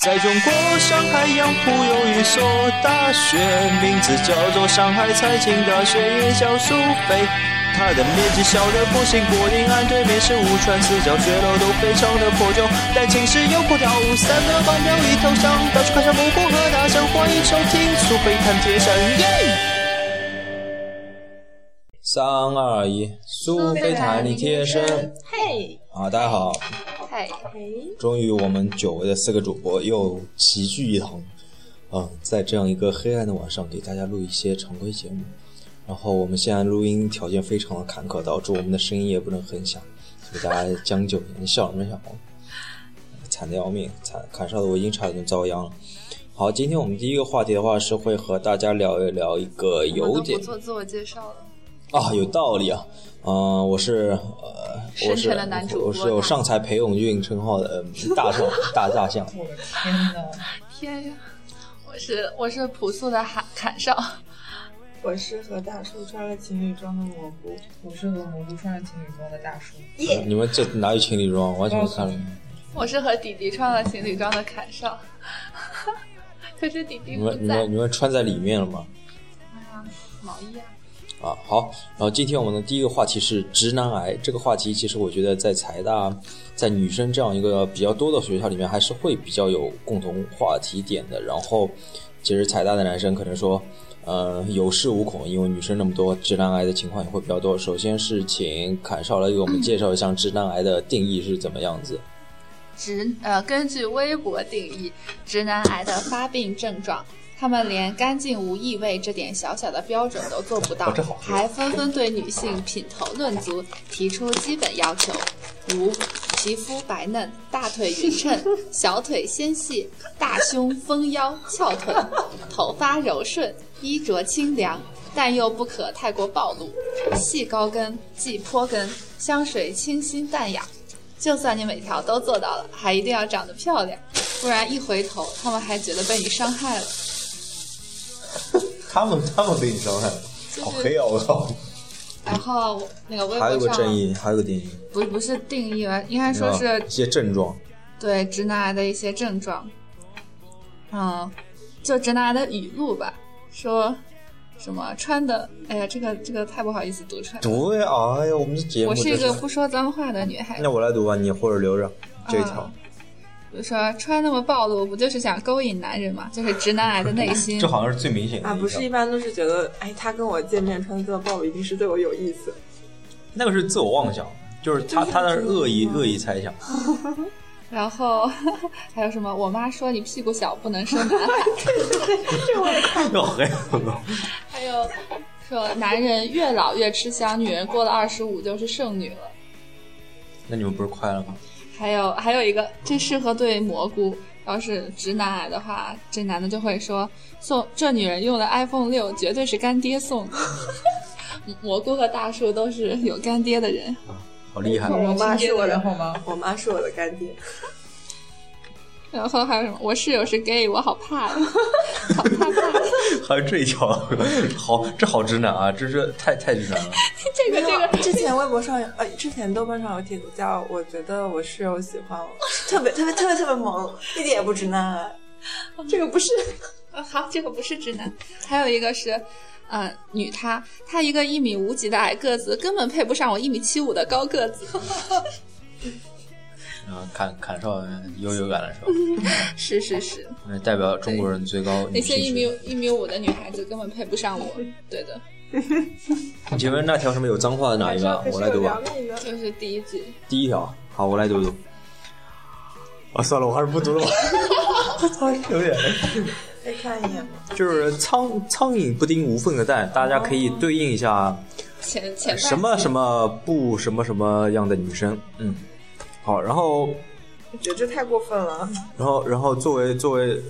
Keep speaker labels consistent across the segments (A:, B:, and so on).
A: 在中国上海杨浦有一所大学，名字叫做上海财经大学，也叫苏菲。它的面积小得不行，柏林岸对面是五川，四角学楼都非常的破旧，但寝室有空调，散热棒料理头香，到处看上蘑菇和大象。欢迎收听苏菲谈铁山，耶！三二一，苏菲谈你贴身
B: 嘿，
A: 啊！大家好，
C: 嘿，
D: 哎
A: 终于，我们久违的四个主播又齐聚一堂，嗯，在这样一个黑暗的晚上，给大家录一些常规节目。然后我们现在录音条件非常的坎坷，导致我们的声音也不能很响，给大家将就一下。你笑什么笑？ 惨的要命，惨砍烧的我阴差点就遭殃了。好，今天我们第一个话题的话是会和大家聊一聊一个
C: 我
A: 有
C: 们都
A: 点
C: 不做自我介绍了，
A: 啊，有道理啊。嗯、我是呃，我
C: 深
A: 是
C: 沉的男主播
A: 我是有上才裴勇俊称号的呃大壮大大 象。
B: 我的天呐，
C: 天呀！我是我是朴素的喊砍少，
D: 我是和大叔穿了情侣装的蘑菇，
B: 我是和蘑菇穿着情侣装的大叔，
A: 你们这哪有情侣装？完全不 看了。
C: 我是和弟弟穿了情侣装的砍少， 可是弟弟
A: 你
C: 不
A: 们你
C: 在
A: 们你们穿在里面了吗？
C: 啊，毛衣啊，
A: 啊，好。然后今天我们的第一个话题是直男癌。这个话题其实我觉得在财大，在女生这样一个比较多的学校里面，还是会比较有共同话题点的。然后，其实财大的男生可能说，呃，有恃无恐，因为女生那么多，直男癌的情况也会比较多。首先是请砍少来给我们介绍一下直男癌的定义是怎么样子。
C: 直呃，根据微博定义，直男癌的发病症状，他们连干净无异味这点小小的标准都做不到，
A: 哦这好喝
C: 还纷纷对女性品头论足，提出基本要求，如皮肤白嫩、大腿匀称、小腿纤细、大胸丰腰翘臀、头发柔顺、衣着清凉。但又不可太过暴露，细高跟系坡跟，香水清新淡雅，就算你每条都做到了，还一定要长得漂亮，不然一回头，他们还觉得被你伤害了。
A: 他们他们被你伤害了，好黑啊！我靠，
C: 然后那个微
A: 还有
C: 博
A: 个
C: 上，
A: 正义，还有个定义，
C: 不不是定义了，应该说是
A: 一些症状。
C: 对直男癌的一些症状。嗯，就直男癌的语录吧，说什么穿的，哎呀，这个这个太不好意思读出来了。
A: 读呀，哎呀，我们这节目
C: 我是
A: 真
C: 一
A: 是
C: 个不说脏话的女孩子
A: 那。我来读吧，你或者留着这一条
C: 啊，比如说穿那么暴露，不就是想勾引男人嘛？就是直男癌的内 心。
A: 这好像是最明显的
D: 啊，
A: 一
D: 不
A: 条
D: 是，一般都是觉得，哎，他跟我见面穿这么暴，一定是对我有意思。
A: 那个是自我妄想，就是他他的恶意恶意猜想，
C: 然后 还有什么？我妈说你屁股小不能生男孩，
A: 要黑啊
C: 还有说男人越老越吃香，女人过了二十五就是剩女了。
A: 那你们不是快了吗？
C: 还有还有一个，这适合对蘑菇。要是直男癌的话，这男的就会说送这女人用了 iPhone 六，绝对是干爹送的。 蘑菇和大树都是有干爹的人。
A: 好厉害！
E: 啊
D: 我妈是我的
B: 好吗？
D: 我妈是我的干爹，
C: 然后还有什么？我室友是 gay，我好怕啊呀，好怕怕。
A: 还有这一条，好，这好直男啊，这这太太直男了。
C: 这个这个
D: 之前微博上有，呃，之前豆瓣上有帖子叫“我觉得我室友喜欢我”，特别特别特别特别萌，一点也不直男啊癌。这个不是，
C: 呃，好，这个不是直男，还有一个是，呃，女她，她一个一米五几的矮个子，根本配不上我一米七五的高个子。
A: 啊，砍砍少优越感的时
C: 是是是，
A: 候，代表中国人最高
C: 嗯那
A: 女
C: 些一
A: 性
C: 米
A: 是。
C: 一米五的女孩子根本配不上我。对的，
A: 请问那条上面有脏话的哪一个？啊我来读吧。
D: 那个
C: 就是第一句，
A: 第一条，好，我来读读。啊，算了，我还是不读了 吧。操，有点。
D: 再看一眼吧。
A: 就是苍苍蝇不叮无缝的蛋，大家可以对应一下
C: 前前
A: 呃
C: 半
A: 什么什
C: 么
A: 么不什么什么样的女生，嗯，好，然后
D: 我觉得这太过分了。
A: 然后然后作为作为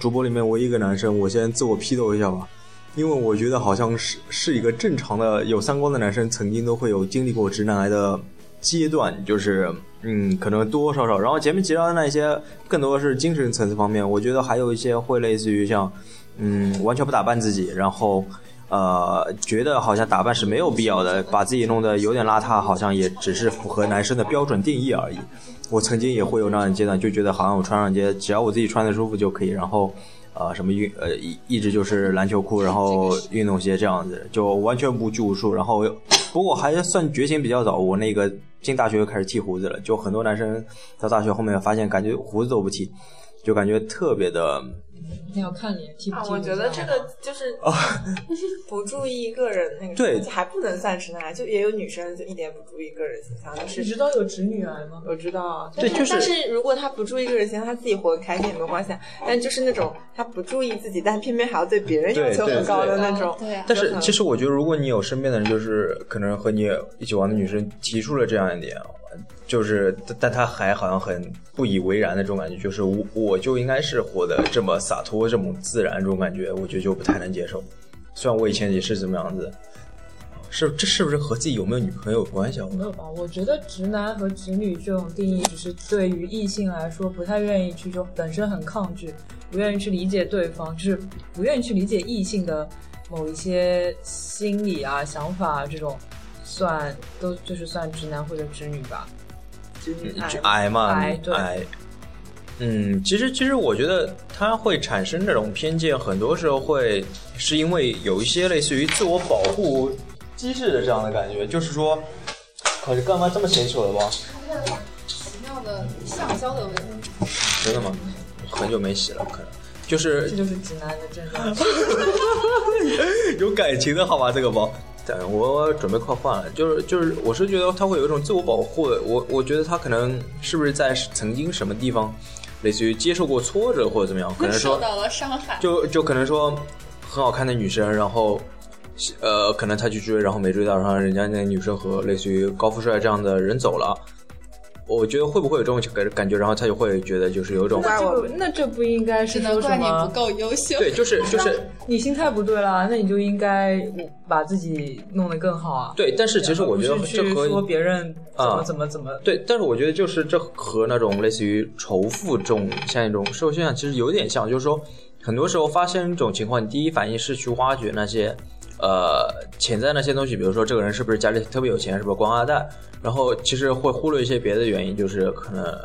A: 主播里面唯一一个男生，我先自我批斗一下吧，因为我觉得好像是是一个正常的有三观的男生，曾经都会有经历过直男癌的阶段，就是嗯，可能多多少少。然后前面提到的那些，更多的是精神层次方面，我觉得还有一些会类似于像嗯，完全不打扮自己，然后呃，觉得好像打扮是没有必要的，把自己弄得有点邋遢，好像也只是符合男生的标准定义而已。我曾经也会有那样的阶段，就觉得好像我穿上街，只要我自己穿的舒服就可以，然后。呃，什么运呃一一直就是篮球裤，然后运动鞋这样子，就完全不拘无束。然后不过我还算觉醒比较早，我那个进大学就开始剃胡子了，就很多男生到大学后面发现，感觉胡子都不剃，就感觉特别的
E: 那要看你剃不
D: 啊，
E: 剃。
D: 我觉得这个就是不注意个人那个，
A: 对
D: 还不能算直男癌，就也有女生就一点不注意个人形象，就是
E: 你知道有直女癌吗？
D: 我知道啊，
A: 对就是
D: 但是如果他不注意个人形象，他自己活得开心也没关系啊。但就是那种他不注意自己，但偏偏还要对别人要求
A: 对对
D: 很高的那种，
C: 对啊，
A: 但是其实我觉得，如果你有身边的人，就是可能和你一起玩的女生提出了这样一点，就是但但她还好像很不以为然的这种感觉，就是我我就应该是活得这么洒脱、这么自然这种感觉，我觉得就不太能接受。虽然我以前也是这么样子，是这是不是和自己有没有女朋友有关系啊？
E: 没有吧？我觉得直男和直女这种定义，只是对于异性来说不太愿意去，就本身很抗拒，不愿意去理解对方，就是不愿意去理解异性的某一些心理啊、想法啊这种，算都就是算直男或者直女吧。
D: 直女
A: 就
D: 癌。
A: 矮嘛，
E: 矮对
A: 矮嗯，其实其实我觉得它会产生这种偏见，很多时候会是因为有一些类似于自我保护机制的这样的感觉，就是说，可是干嘛这么嫌弃我的包？
C: 奇妙的橡胶的纹理，
A: 真的吗？很久没洗了，可能就是
E: 这就是直男的症状。
A: 有感情的好吗？这个包。对，我准备快换了，就是就是，我是觉得他会有一种自我保护的，我我觉得他可能是不是在曾经什么地方，类似于接受过挫折或者怎么样，可能说
C: 受到了伤害。
A: 就就可能说很好看的女生，然后呃，可能他去追，然后没追到，然后人家那女生和类似于高富帅这样的人走了，我觉得会不会有这种感感觉？然后他就会觉得就是有一种
D: 那
E: 这
D: 我
E: 个那这不应该是
C: 只能
E: 说
C: 怪
E: 什
C: 你不
E: 么？
C: 够优秀。
A: 对，就是就是
E: 你心态不对啦，那你就应该把自己弄得更好啊。
A: 对，但是其实我觉得
E: 而不是
A: 这
E: 去
A: 和
E: 说别人怎
A: 啊
E: 么怎么怎么，
A: 对，但是我觉得就是这和那种类似于仇富这种像一种社会现象，其实有点像，就是说很多时候发现这种情况，你第一反应是去挖掘那些呃潜在那些东西，比如说这个人是不是家里特别有钱，是不是官二代，然后其实会忽略一些别的原因，就是可能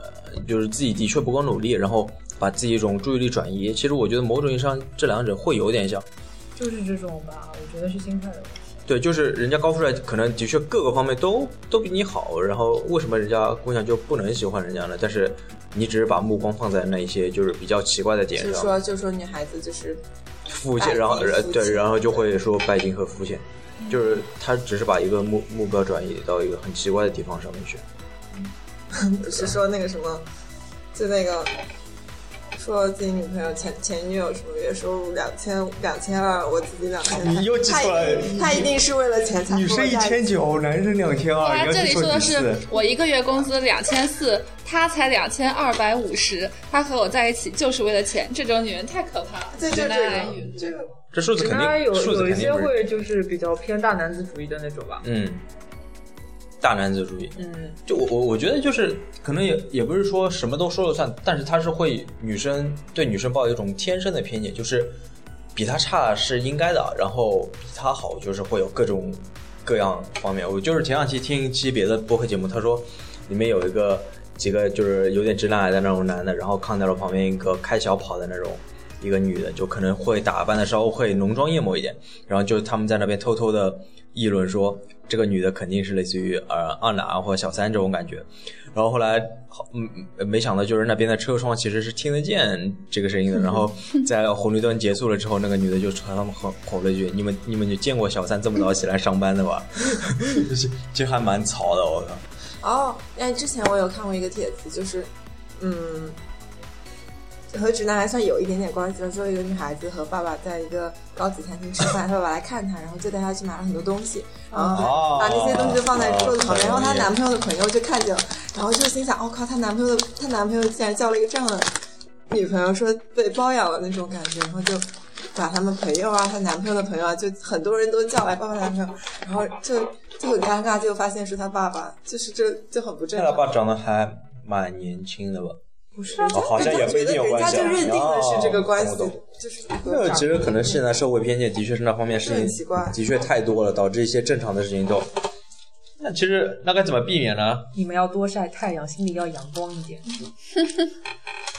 A: 就是自己的确不够努力，然后把自己一种注意力转移。其实我觉得某种意义上这两者会有点像。
E: 就是这种吧。我觉得是心态的问题。
A: 对，就是人家高富帅可能的确各个方面都都比你好，然后为什么人家姑娘就不能喜欢人家呢？但是你只是把目光放在那一些就是比较奇怪的点
D: 就
A: 上，
D: 说就说女孩子就是
A: 肤浅，
D: 拜
A: 然后
D: 金
A: 然
D: 肤
A: 对，
D: 浅
A: 然后就会说拜金和肤浅，
D: 嗯
A: 就是他只是把一个目目标转移到一个很奇怪的地方上面去。
D: 不是说那个什么，就那个说自己女朋友前前女友什么月收入两千两千二，我自己两千三，
A: 你又记
D: 他
A: 错了
D: 一定他一定是为了钱才说下一
A: 九，男生两千
C: 他啊这里说的是我一个月工资两千四，他才两千二百五十，他和我在一起就是为了钱，这种女人太可怕了。
D: 对就
C: 直
D: 这
C: 男癌
D: 个
C: 语
D: 这个
A: 这数字肯定，数字肯定不是，
E: 就是比较偏大男子主义的那种吧。
A: 嗯，大男子主义，
E: 嗯，
A: 就我我我觉得就是可能也也不是说什么都说了算，但是他是会女生对女生抱有一种天生的偏见，就是比他差是应该的，然后比他好就是会有各种各样方面。我就是前两期听一期别的播客节目，他说里面有一个几个就是有点直男癌的那种男的，然后看到了旁边一个开小跑的那种。一个女的就可能会打扮的稍微会浓妆艳抹一点，然后就他们在那边偷偷的议论说，这个女的肯定是类似于呃二奶啊或者小三这种感觉。然后后来，好嗯，嗯没想到就是那边的车窗其实是听得见这个声音的。然后在红绿灯结束了之后，那个女的就朝他们吼吼了一句：“你们你们就见过小三这么早起来上班的吧？” 就是其实还蛮潮的， 我靠。
D: 哦，哎，之前我有看过一个帖子，就是，嗯，和直男还算有一点点关系吧。说一个女孩子和爸爸在一个高级餐厅吃饭，她爸爸来看她，然后就带她去买了很多东西，然后
A: 哦
D: 啊把那些东西就放在桌子旁
A: 哦
D: 边，然后她
A: 可以
D: 男朋友的朋友就看见了，然后就心想，我、靠，她男朋友的她男朋友竟然交了一个这样的女朋友，说被包养了那种感觉，然后就。把他们朋友啊，她男朋友的朋友啊，就很多人都叫来爸爸男朋友，然后就就很尴尬，就发现是她爸爸，就是这就很不正
A: 这
D: 常
A: 老。爸长得还蛮年轻的吧？
D: 不是，啊
A: 哦好像也不一定有关系啊
D: 人家就认定的是这个关系
A: 哦懂了懂，
D: 就是
A: 那其实可能现在社会偏见的确是那方面事
D: 对
A: 情
D: 很奇怪
A: 的确太多了，导致一些正常的事情都。 那其实那该怎么避免呢？
E: 你们要多晒太阳，心里要阳光一点。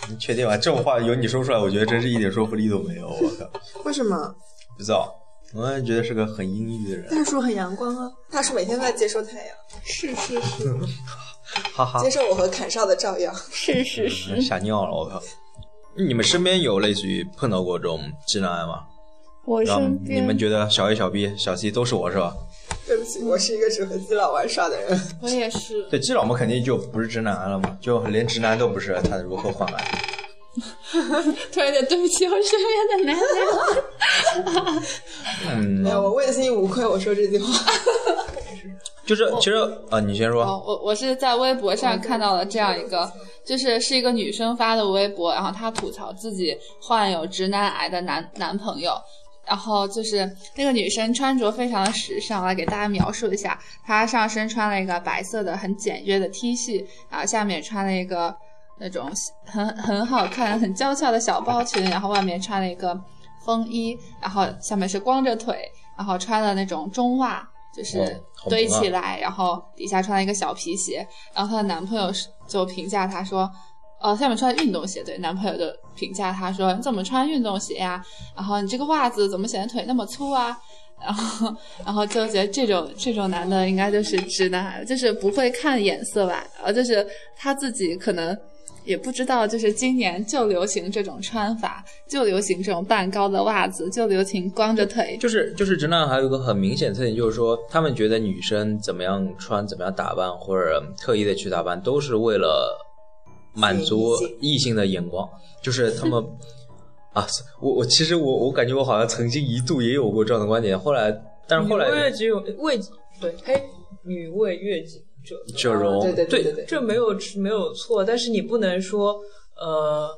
A: 你确定吗？这种话由你说出来，我觉得真是一点说服力都没有。我靠，
D: 为什么？
A: 不知道，我也觉得是个很阴郁的人，
D: 大叔很阳光啊，大叔每天都在接受太阳，
C: 是是是
A: 哈哈
D: 接，受我和砍少的照耀。
C: 是是是，
A: 吓尿了，我靠！
D: 嗯
A: 你们身边有类似于碰到过这种直男癌吗？
C: 我
A: 让
C: 身
A: 你
C: 边
A: 们觉得小 A、小 B、小 C 都是我是吧？
D: 对不起，我是一个只和基佬玩耍的人。
C: 我也是，
A: 对，基佬们肯定就不是直男癌了嘛，就连直男都不是，他如何患癌？
C: 突然有点对不起我身边的男人。
A: 嗯
D: 没，有，我问心无愧，我说这句话。
A: 就是其实啊、你先说。
C: 哦，我我是在微博上看到了这样一个，就是是一个女生发的微博，然后她吐槽自己患有直男癌的男男朋友。然后就是那个女生穿着非常的时尚，来给大家描述一下，她上身穿了一个白色的很简约的 T 恤，然后下面穿了一个那种很很好看、很娇俏的小包裙，然后外面穿了一个呃风衣，然后下面是光着腿，然后穿了那种中袜，就是
A: 哦好萌啊
C: 堆起来，然后底下穿了一个小皮鞋，然后她的男朋友是就评价她说，呃，下面穿运动鞋，对，男朋友就评价她说，你怎么穿运动鞋呀、然后你这个袜子怎么显得腿那么粗啊？然后，然后就觉得这种这种男的应该就是直男癌，就是不会看眼色吧，然后就是他自己可能也不知道，就是今年就流行这种穿法，就流行这种半高的袜子，就流行光着腿，
A: 就是就是直男还有一个很明显的特点，就是说他们觉得女生怎么样穿、怎么样打扮，或者特意的去打扮，都是为了满足
D: 吸引
A: 异性的眼光，就是他们啊，我我其实我我感觉我好像曾经一度也有过这样的观点，后来但是后
E: 女
A: 来
E: 为己有为己对，嘿，女为悦己者啊
A: 整容、
D: 对对
A: 哦对
D: 对对，
E: 这没有没有错，但是你不能说呃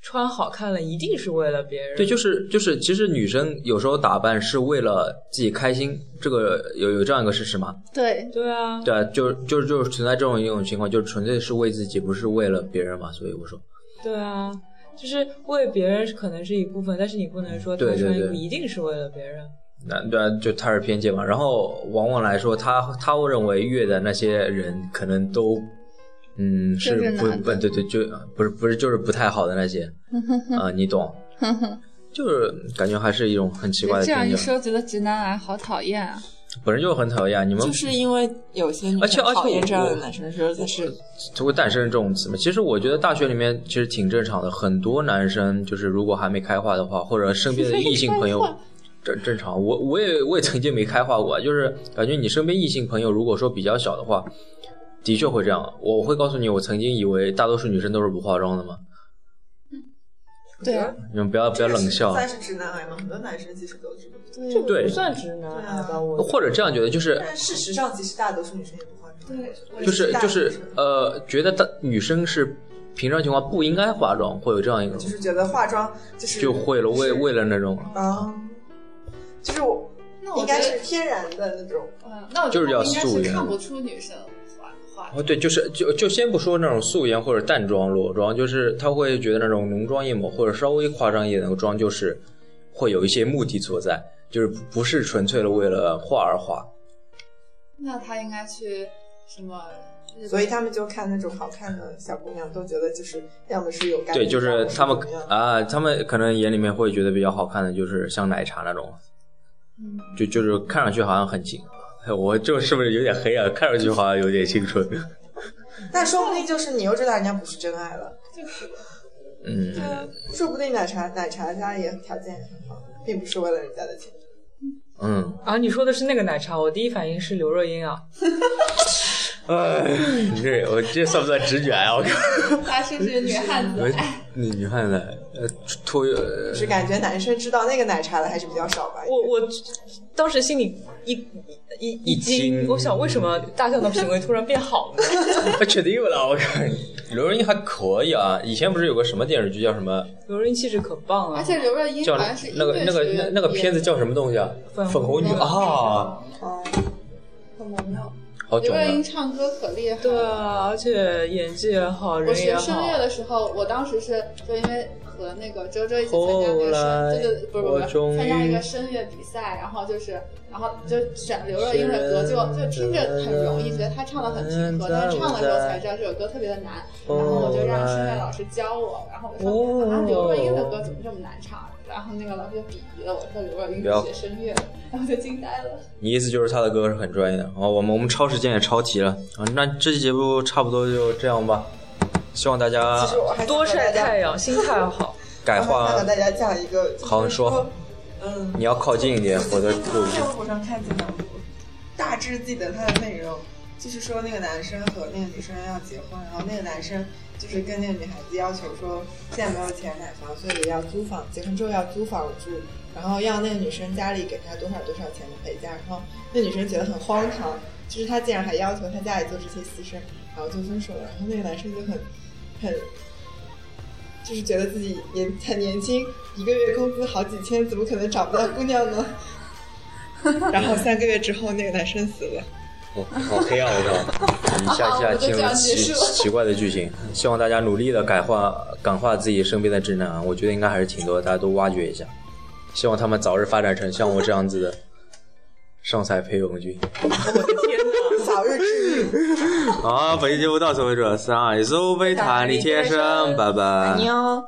E: 穿好看了一定是为了别人。
A: 对，就是就是，其实女生有时候打扮是为了自己开心，这个有有这样一个事实吗？
C: 对，
E: 对啊，
A: 对啊，就就是就是存在这种一种情况，就是纯粹是为自己，不是为了别人嘛。所以我说，
E: 对啊，就是为别人可能是一部分，但是你不能说他
A: 对对
E: 穿衣
A: 对
E: 服一定是为了别人。
A: 那对啊，就他是偏见嘛。然后往往来说，他他会认为越的那些人可能都，嗯，
C: 就是是
A: 不
C: 男
A: 不
C: 的
A: 对对，就不是不是就是不太好的那 些啊、你懂，就是感觉还是一种很奇怪的
C: 这样
A: 偏
C: 一
A: 见，
C: 说，觉得直男癌好讨厌啊！
A: 本身就很讨厌。你们
D: 就是因为有些女
A: 而且而
D: 生
A: 且
D: 讨厌
A: 我
D: 这样的
A: 我
D: 男生的时候，他是
A: 就会诞生这种词嘛。其实我觉得大学里面其实挺正常的，很多男生就是如果还没开化的话，或者身边的异性朋
C: 没
A: 友
C: 开化
A: 正正常。我我也我也曾经没开化过啊，就是感觉你身边异性朋友如果说比较小的话，的确会这样。我会告诉你，我曾经以为大多数女生都是不化妆的嘛。
C: 对啊，
A: 你们不要不要冷笑，
D: 是直男癌吗？很多男生其实都是，
E: 这个
A: 对
E: 不算直男癌
D: 对
E: 吧？
D: 啊
E: 我
A: 或者这样觉得就是。
D: 但事实上，其实大多数女生也不化妆。对，
A: 就是就是呃，觉得大女生是平常情况不应该化妆，会有这样一个，
D: 是觉得化妆就是
A: 就会了为嗯为了那种，
D: 啊，就是我
C: 那
D: 应该是天然的那种。
C: 嗯，那我
A: 就是要
C: 应该
A: 素
C: 是
A: 颜
C: 看不出女生化化
A: 哦，对，就是就就先不说那种素颜或者淡妆、裸妆，就是他会觉得那种浓妆艳抹或者稍微夸张一点的妆，就是会有一些目的所在，就是不是纯粹的为了画而画。
C: 那他应该去什么日本？
D: 所以他们就看那种好看的小姑娘，都觉得就是要么是有干
A: 对，就是他们
D: 要么怎么样
A: 啊、他们可能眼里面会觉得比较好看的就是像奶茶那种，
C: 嗯，
A: 就就是看上去好像很清， 我这是不是有点黑啊？看上去好像有点青春，
D: 但说不定就是你又知道人家不是真爱了，
A: 嗯，
D: 说不定奶茶奶茶家也条件也很好，并不是为了人家的钱。
A: 嗯，
E: 啊，你说的是那个奶茶，我第一反应是刘若英啊。
A: 哎，你这我这算不算直觉啊？我靠！
C: 他是不是女汉
A: 嗯
C: 子？
A: 你你看呢？呃，脱呃
D: 就是感觉男生知道那个奶茶的还是比较少吧。
E: 我我当时心里一一一
A: 一惊
E: 惊，我想为什么大象的品味突然变好了呢？
A: 他确定了，我看刘若英还可以啊。以前不是有个什么电视剧叫什么？
E: 刘若英气质可棒啊了、
C: 而且刘若英
A: 叫
C: 好像是
A: 那个
C: 音乐
A: 那个
C: 学
A: 那
C: 院
A: 那个
C: 毕业
A: 片子叫什么东西啊？
E: 粉红
D: 嗯
A: 粉红女
E: 女
A: 啊！
D: 哦，很萌妙。
A: 哦好
C: 刘
A: 囧
C: 若英
A: 啊！
C: 唱歌可厉害了。
E: 对啊，而且演技也好，
C: 我
E: 人也
C: 学
E: 好
C: 声。乐的时候，我当时是就因为和那个周周一起参加那
A: 后
C: 个声，
A: 来
C: 对对，不是
A: 我
C: 不
A: 终
C: 是，参加一
A: 于
C: 个声乐比赛，然后就是，然后就选刘若英的歌，就就听着很容易，觉得她唱的很平和，但是唱了之后才知道这首歌特别的难，然后我就让声乐老师教我，然后我就
A: 哦
C: 说啊，刘若英的歌怎么这么难唱？然后那个老师就鄙夷了我，说刘若英是学声乐的，然后就惊呆了。
A: 你意思就是他的歌是很专业的。然后我们我们超时间也超题了啊，那这期节目差不多就这样吧。希望大家
D: 其实我还想
E: 多晒
D: 和大家
E: 太阳，心态好。
A: 改
D: 我还想
A: 话
D: 和，大家讲一个，就是
A: 好你说
D: 说，嗯，
A: 你要靠近一点，否则录不
D: 在微博上看见的，我大致记得它的内容，就是说那个男生和那个女生要结婚，然后那个男生就是跟那个女孩子要求说，现在没有钱买房，所以要租房，结婚之后要租房住，然后要那个女生家里给她多少多少钱的陪嫁，然后那女生觉得很荒唐，就是她竟然还要求她家里做这些牺牲，然后就分手了，然后那个男生就很很。就是觉得自己年很年轻，一个月工资好几千，怎么可能找不到姑娘呢？然后三个月之后，那个男生死了。
A: 哦，好黑暗，我靠！ 一嗯下一
C: 好
A: 下
C: 我就
A: 进
C: 这
A: 入
C: 样
A: 奇
C: 结束
A: 奇怪的剧情。希望大家努力的感化感化自己身边的直男啊，我觉得应该还是挺多的，大家都挖掘一下。希望他们早日发展成像我这样子的上菜裴勇俊。
D: 早日治愈。
A: 好，本期节目到此为止，三二一，苏菲弹力贴身，拜拜。
D: 妞。